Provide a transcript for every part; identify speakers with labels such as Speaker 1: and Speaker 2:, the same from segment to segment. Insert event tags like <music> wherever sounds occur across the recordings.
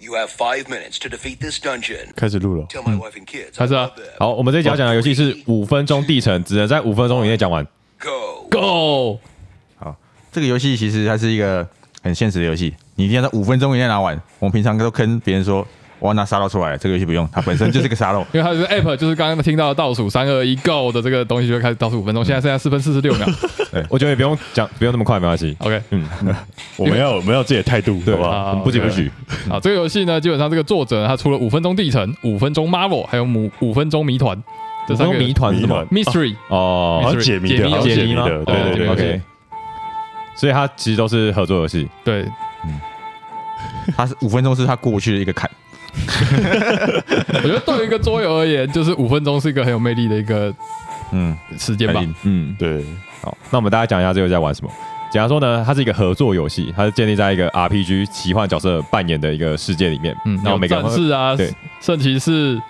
Speaker 1: You have five minutes to defeat this dungeon.
Speaker 2: 开始录了。
Speaker 1: Tell my wife and kids.
Speaker 3: 开
Speaker 1: I
Speaker 3: 始啊
Speaker 1: love them.！
Speaker 4: Oh.
Speaker 3: 好，我们这一集要讲的游戏是五分钟地城，只能在五分钟以内讲完。
Speaker 1: Go.
Speaker 3: Go！。
Speaker 5: 这个游戏其实它是一个很现实的游戏，你一定要在五分钟以内拿完。我们平常都跟别人说，我要拿沙漏出来，这个游戏不用，它本身就是个沙漏 <laughs>
Speaker 3: 因为它这个 app 就是刚刚听到的倒数三二一 go 的这个东西就会开始倒数五分钟，现在剩下四分四十六秒。
Speaker 2: 哎
Speaker 4: 我觉得也不用讲，不用那么快，没关系。
Speaker 3: OK，
Speaker 2: 我们要我们要有自己的态度，
Speaker 4: 对，
Speaker 2: 好不
Speaker 3: 啊
Speaker 2: 好？
Speaker 4: 我们不急不徐。
Speaker 3: 好，这个游戏呢，基本上这个作者呢他出了五分钟地城、五分钟 Marvel，还有五五分钟谜团这
Speaker 4: 五
Speaker 3: 三
Speaker 4: 分
Speaker 3: 个
Speaker 4: 钟谜团是什么？
Speaker 3: mystery
Speaker 4: 哦，
Speaker 2: 好像解谜的，好像
Speaker 3: 解
Speaker 2: 解
Speaker 3: 谜
Speaker 2: 谜
Speaker 3: 吗
Speaker 2: 的，
Speaker 3: 哦
Speaker 2: 对对
Speaker 3: 解谜
Speaker 2: 对。
Speaker 4: OK。所以它其实都是合作游戏，
Speaker 3: 对。
Speaker 5: 它是五分钟是它过去的一个坎，
Speaker 3: 我觉得对于一个桌游而言，就是五分钟是一个很有魅力的一个
Speaker 5: 嗯，
Speaker 3: 时间吧
Speaker 5: 很。硬
Speaker 4: 嗯，
Speaker 2: 对，
Speaker 4: 好，那我们大家讲一下这个在玩什么。简单说呢，它是一个合作游戏，它是建立在一个 RPG 奇幻角色扮演的一个世界里面。
Speaker 3: 嗯，
Speaker 4: 然后
Speaker 3: 有
Speaker 4: 每个人
Speaker 3: 战
Speaker 4: 会
Speaker 3: 士啊
Speaker 4: 对，
Speaker 3: 圣骑士、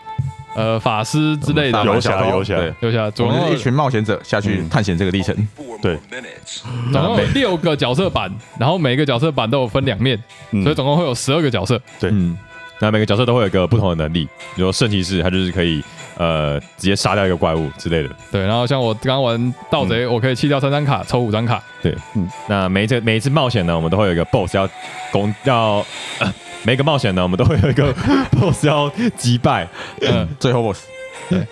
Speaker 3: 呃法师之类的
Speaker 5: 大，阪
Speaker 2: 游
Speaker 5: 小
Speaker 2: 侠
Speaker 5: 偷
Speaker 2: 游侠
Speaker 5: 对
Speaker 3: 留下
Speaker 5: 我
Speaker 3: 总
Speaker 5: 们
Speaker 3: 共
Speaker 5: 是一群冒险者下去探险这个历程。
Speaker 1: Four more
Speaker 2: 对。
Speaker 1: minutes.
Speaker 3: 总共有六个角色板，然后每一个角色板都有分两面，
Speaker 2: 嗯
Speaker 3: 所以总共会有十二个角色。
Speaker 4: 嗯，那每个角色都会有一个不同的能力，比如说圣骑士，他就是可以呃直接杀掉一个怪物之类的。
Speaker 3: 对，然后像我刚玩盗
Speaker 5: 嗯
Speaker 3: 贼，我可以弃掉三张卡，抽五张卡。
Speaker 4: 那每一次每一次冒险呢，我们都会有一个 BOSS 要攻要、呃每一个冒险呢，我们都会有一个 <laughs> BOSS 要击败。
Speaker 5: <laughs>
Speaker 3: 嗯，
Speaker 5: 最后 BOSS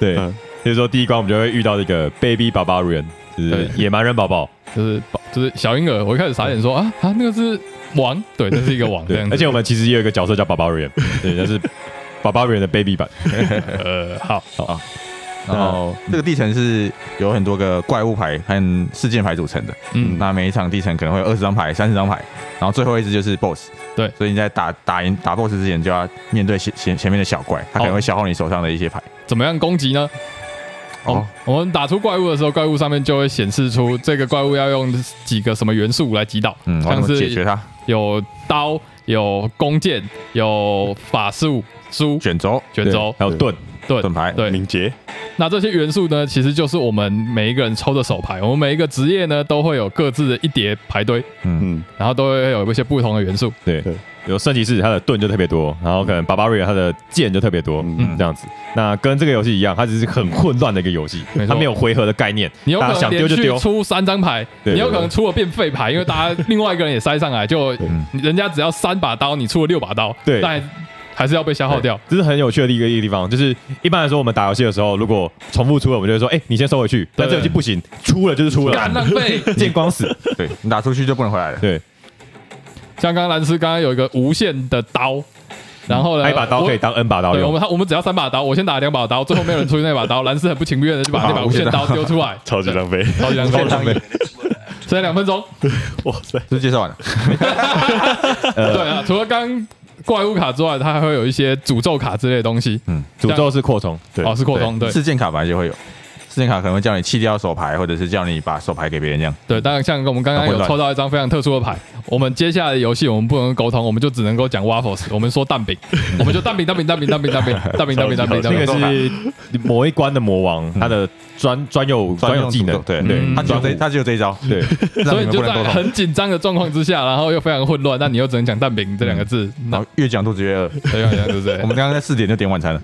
Speaker 4: 对，
Speaker 2: 嗯
Speaker 4: 比如说第一关我们就会遇到这个 Baby Barbarian，就是
Speaker 3: 对
Speaker 4: 野蛮人宝
Speaker 3: <laughs>
Speaker 4: 宝。
Speaker 3: 就是就是小婴儿，我一开始傻眼说啊啊，那个是王，对，这是一个王这
Speaker 4: 对
Speaker 3: 样，
Speaker 5: <laughs>
Speaker 3: 子。
Speaker 4: 而且我们其实也有一个角色叫 Barbarian，对，
Speaker 3: <laughs>
Speaker 4: 就是 Barbarian 的 Baby 版。
Speaker 3: 呃，好，
Speaker 4: 然
Speaker 3: 哦
Speaker 4: 后
Speaker 5: 这个地层是有很多个怪物牌和事件牌组成的。
Speaker 3: 嗯
Speaker 5: 嗯，那每一场地层可能会有二十张牌、三十张牌，然后最后一只就是 BOSS。
Speaker 3: 对
Speaker 5: 所以你在打打赢打 BOSS 之前，就要面对前前前面的小怪，它可能会消耗你手上的一些牌。
Speaker 3: 怎么样攻击呢？哦
Speaker 5: 哦，
Speaker 3: 我们打出怪物的时候，怪物上面就会显示出这个怪物要用几个什么元素来击倒，
Speaker 5: 嗯，我要
Speaker 3: 像
Speaker 5: 怎么解
Speaker 3: 是
Speaker 5: 决它？
Speaker 3: 有刀、有弓箭、有法术、书、
Speaker 5: 卷轴、
Speaker 3: 卷轴、
Speaker 4: 还有盾，
Speaker 3: 盾
Speaker 5: 盾牌。
Speaker 3: 对，
Speaker 2: 敏捷，
Speaker 3: 那这些元素呢，其实就是我们每一个人抽的手牌。我们每一个职业呢，都会有各自的一叠牌堆，
Speaker 2: 嗯，
Speaker 3: 然后都会有一些不同的元素。
Speaker 4: 对
Speaker 2: 对，
Speaker 4: 有圣骑士他的盾就特别多，然后可能 Barbarian 他的剑就特别多，
Speaker 2: 嗯
Speaker 4: 这样子。那跟这个游戏一样，它只是很混乱的一个游戏
Speaker 3: 没，错
Speaker 4: 它没有回合的概念，
Speaker 3: 你有
Speaker 4: 大
Speaker 3: 可
Speaker 4: 家
Speaker 3: 能
Speaker 4: 想丢
Speaker 3: 连
Speaker 4: 就
Speaker 3: 续
Speaker 4: 丢。
Speaker 3: 出三张牌，
Speaker 4: 对
Speaker 3: 你有
Speaker 4: 对
Speaker 3: 可能出了变废牌，因为大家另外一个人也塞上来，就人家只要三把刀，你出了六把刀，
Speaker 4: 嗯对
Speaker 3: 但还是要被消耗掉。
Speaker 4: 这是很有趣的一个一个地方，就是一般来说我们打游戏的时候，如果重复出了，我们就会说，哎、你先收回去。但这游戏不行，出了就是出
Speaker 3: 干浪
Speaker 4: 了，
Speaker 3: 费！
Speaker 4: <laughs> 见光
Speaker 3: <laughs>
Speaker 4: 死。
Speaker 5: 对你打出去就不能回来了。
Speaker 4: 对，
Speaker 3: 像刚刚兰斯刚刚有一个无限的刀，然后呢，
Speaker 4: 他一把刀
Speaker 3: 我
Speaker 4: 可以。当 N 把刀
Speaker 3: 对我
Speaker 4: 用
Speaker 3: 们，，他我们只要三把刀，我先打两把刀，最后没有人出那把刀，兰斯很不情愿的就把那把
Speaker 5: 啊
Speaker 3: 无限刀丢出
Speaker 4: <laughs>
Speaker 3: 来，
Speaker 2: 超级浪费，
Speaker 3: 超级浪费，
Speaker 5: 浪费
Speaker 1: Minutes left.
Speaker 3: 剩下两分钟。
Speaker 2: 哇塞，
Speaker 5: 就介绍完了。
Speaker 3: 对啊，除了刚怪物卡之外，它还会有一些诅咒卡之类的东西。
Speaker 4: 诅咒是扩充，
Speaker 2: 对
Speaker 3: 哦，是扩充，对
Speaker 5: 事件卡本来就会有，事件卡可能会叫你弃掉手牌，或者是叫你把手牌给别人这样。
Speaker 3: 对。当然，像我们刚刚
Speaker 5: 很
Speaker 3: 有
Speaker 5: 混乱
Speaker 3: 抽到一张非常特殊的牌，我们接下来的游戏我们不能沟通，我们就只能够讲 waffles，我们说蛋饼，我们就蛋饼蛋饼蛋饼蛋饼蛋饼蛋饼蛋饼蛋饼蛋
Speaker 4: 那
Speaker 3: 饼
Speaker 4: 个。是某一关的魔王，他的专专有专有技
Speaker 5: 诅咒
Speaker 4: 能，
Speaker 5: 对
Speaker 4: 对
Speaker 3: 嗯
Speaker 5: 他只有这他只有这一招，
Speaker 4: 对，
Speaker 5: <laughs> 让
Speaker 3: 所以
Speaker 5: 你
Speaker 3: 你
Speaker 5: 们
Speaker 3: 就
Speaker 5: 不能
Speaker 3: 在
Speaker 5: 沟通。
Speaker 3: 很紧张的状况之下，然后又非常混乱，那你又只能讲蛋饼这两个字，那
Speaker 5: 然后越讲肚子越饿。
Speaker 3: 对对对对
Speaker 5: 嗯我
Speaker 3: 对。
Speaker 5: 们刚刚在四点就点晚餐了，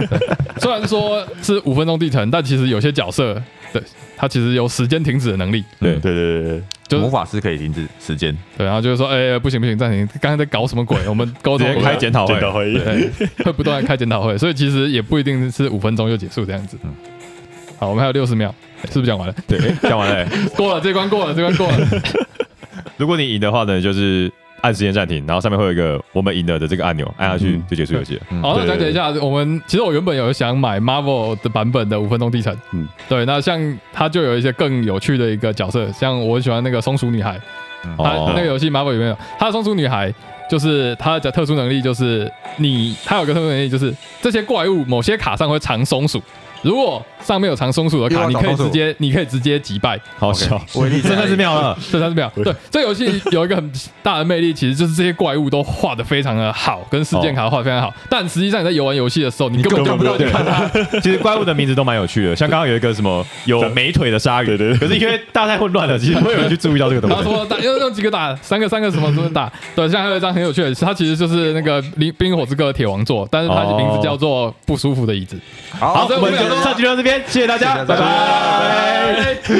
Speaker 3: <laughs> 虽然说是五分钟地城，但其实有些角色，对他其实有时间停止的能力，
Speaker 4: 对
Speaker 2: 对对对对，
Speaker 3: 就是
Speaker 5: 魔法师可以停止时间。
Speaker 3: 对，然后就是说，哎、不行不行，暂停，刚才在搞什么鬼？我们沟
Speaker 4: 直
Speaker 3: 通
Speaker 4: 接
Speaker 3: 不
Speaker 4: 开
Speaker 3: 了
Speaker 4: 检讨会
Speaker 2: 见，到会议，
Speaker 3: 对， <laughs> 会不断地开检讨会，所以其实也不一定是五分钟就结束这样子。好，我们还有六十秒，是不是讲完了？
Speaker 4: 对，诶讲完了欸。
Speaker 3: 过了这关，过了这关，过了。
Speaker 4: 如果你赢的话呢，就是按时间暂停，然后上面会有一个我们赢了的这个按钮，按下去
Speaker 2: 嗯
Speaker 4: 就结束游戏了。
Speaker 3: 好，那讲解一下，我们其实我原本有想买 Marvel 的版本的五分钟地城，嗯
Speaker 2: 嗯，
Speaker 3: 对，那像它就有一些更有趣的一个角色，像我喜欢那个松鼠女孩，它
Speaker 4: 哦
Speaker 3: 那个游戏 Marvel 里面有，它的松鼠女孩就是它的特殊能力就是你，它有个特殊能力就是这些怪物某些卡上会藏松鼠，如果上面有藏松鼠的卡，
Speaker 5: 又要
Speaker 3: 你
Speaker 5: 找
Speaker 3: 可以
Speaker 5: 松鼠
Speaker 3: 直接你可以直接击败。
Speaker 4: 好笑，
Speaker 5: 威力在
Speaker 4: 真
Speaker 5: 哪
Speaker 4: 的
Speaker 5: 里
Speaker 4: 是妙啊了。
Speaker 3: 这三十秒，对这游戏有一个很大的魅力，其实就是这些怪物都画的非常的好，跟事件卡画的非常好。但实际上你在游玩游戏的时候，你根本就不知道去看它。
Speaker 4: <laughs> 其实怪物的名字都蛮有趣的，像刚刚有一个什么有美腿的鲨鱼，
Speaker 2: 对对对
Speaker 4: 可是因为大家太混乱了，其实不会有人去注意到这个东
Speaker 3: 然后
Speaker 4: 西。
Speaker 3: 说打用用几个打三个三个什么什么打，对，像还有一张很有趣的，它其实就是那个《冰冰火之歌》的铁王座，但是它的名字叫做不舒服的椅子。
Speaker 4: 好，
Speaker 5: 好
Speaker 4: 我们
Speaker 3: 这个哎
Speaker 4: 上集就到这边，谢谢大家，
Speaker 5: 谢谢
Speaker 4: 拜
Speaker 5: 大家
Speaker 4: 拜。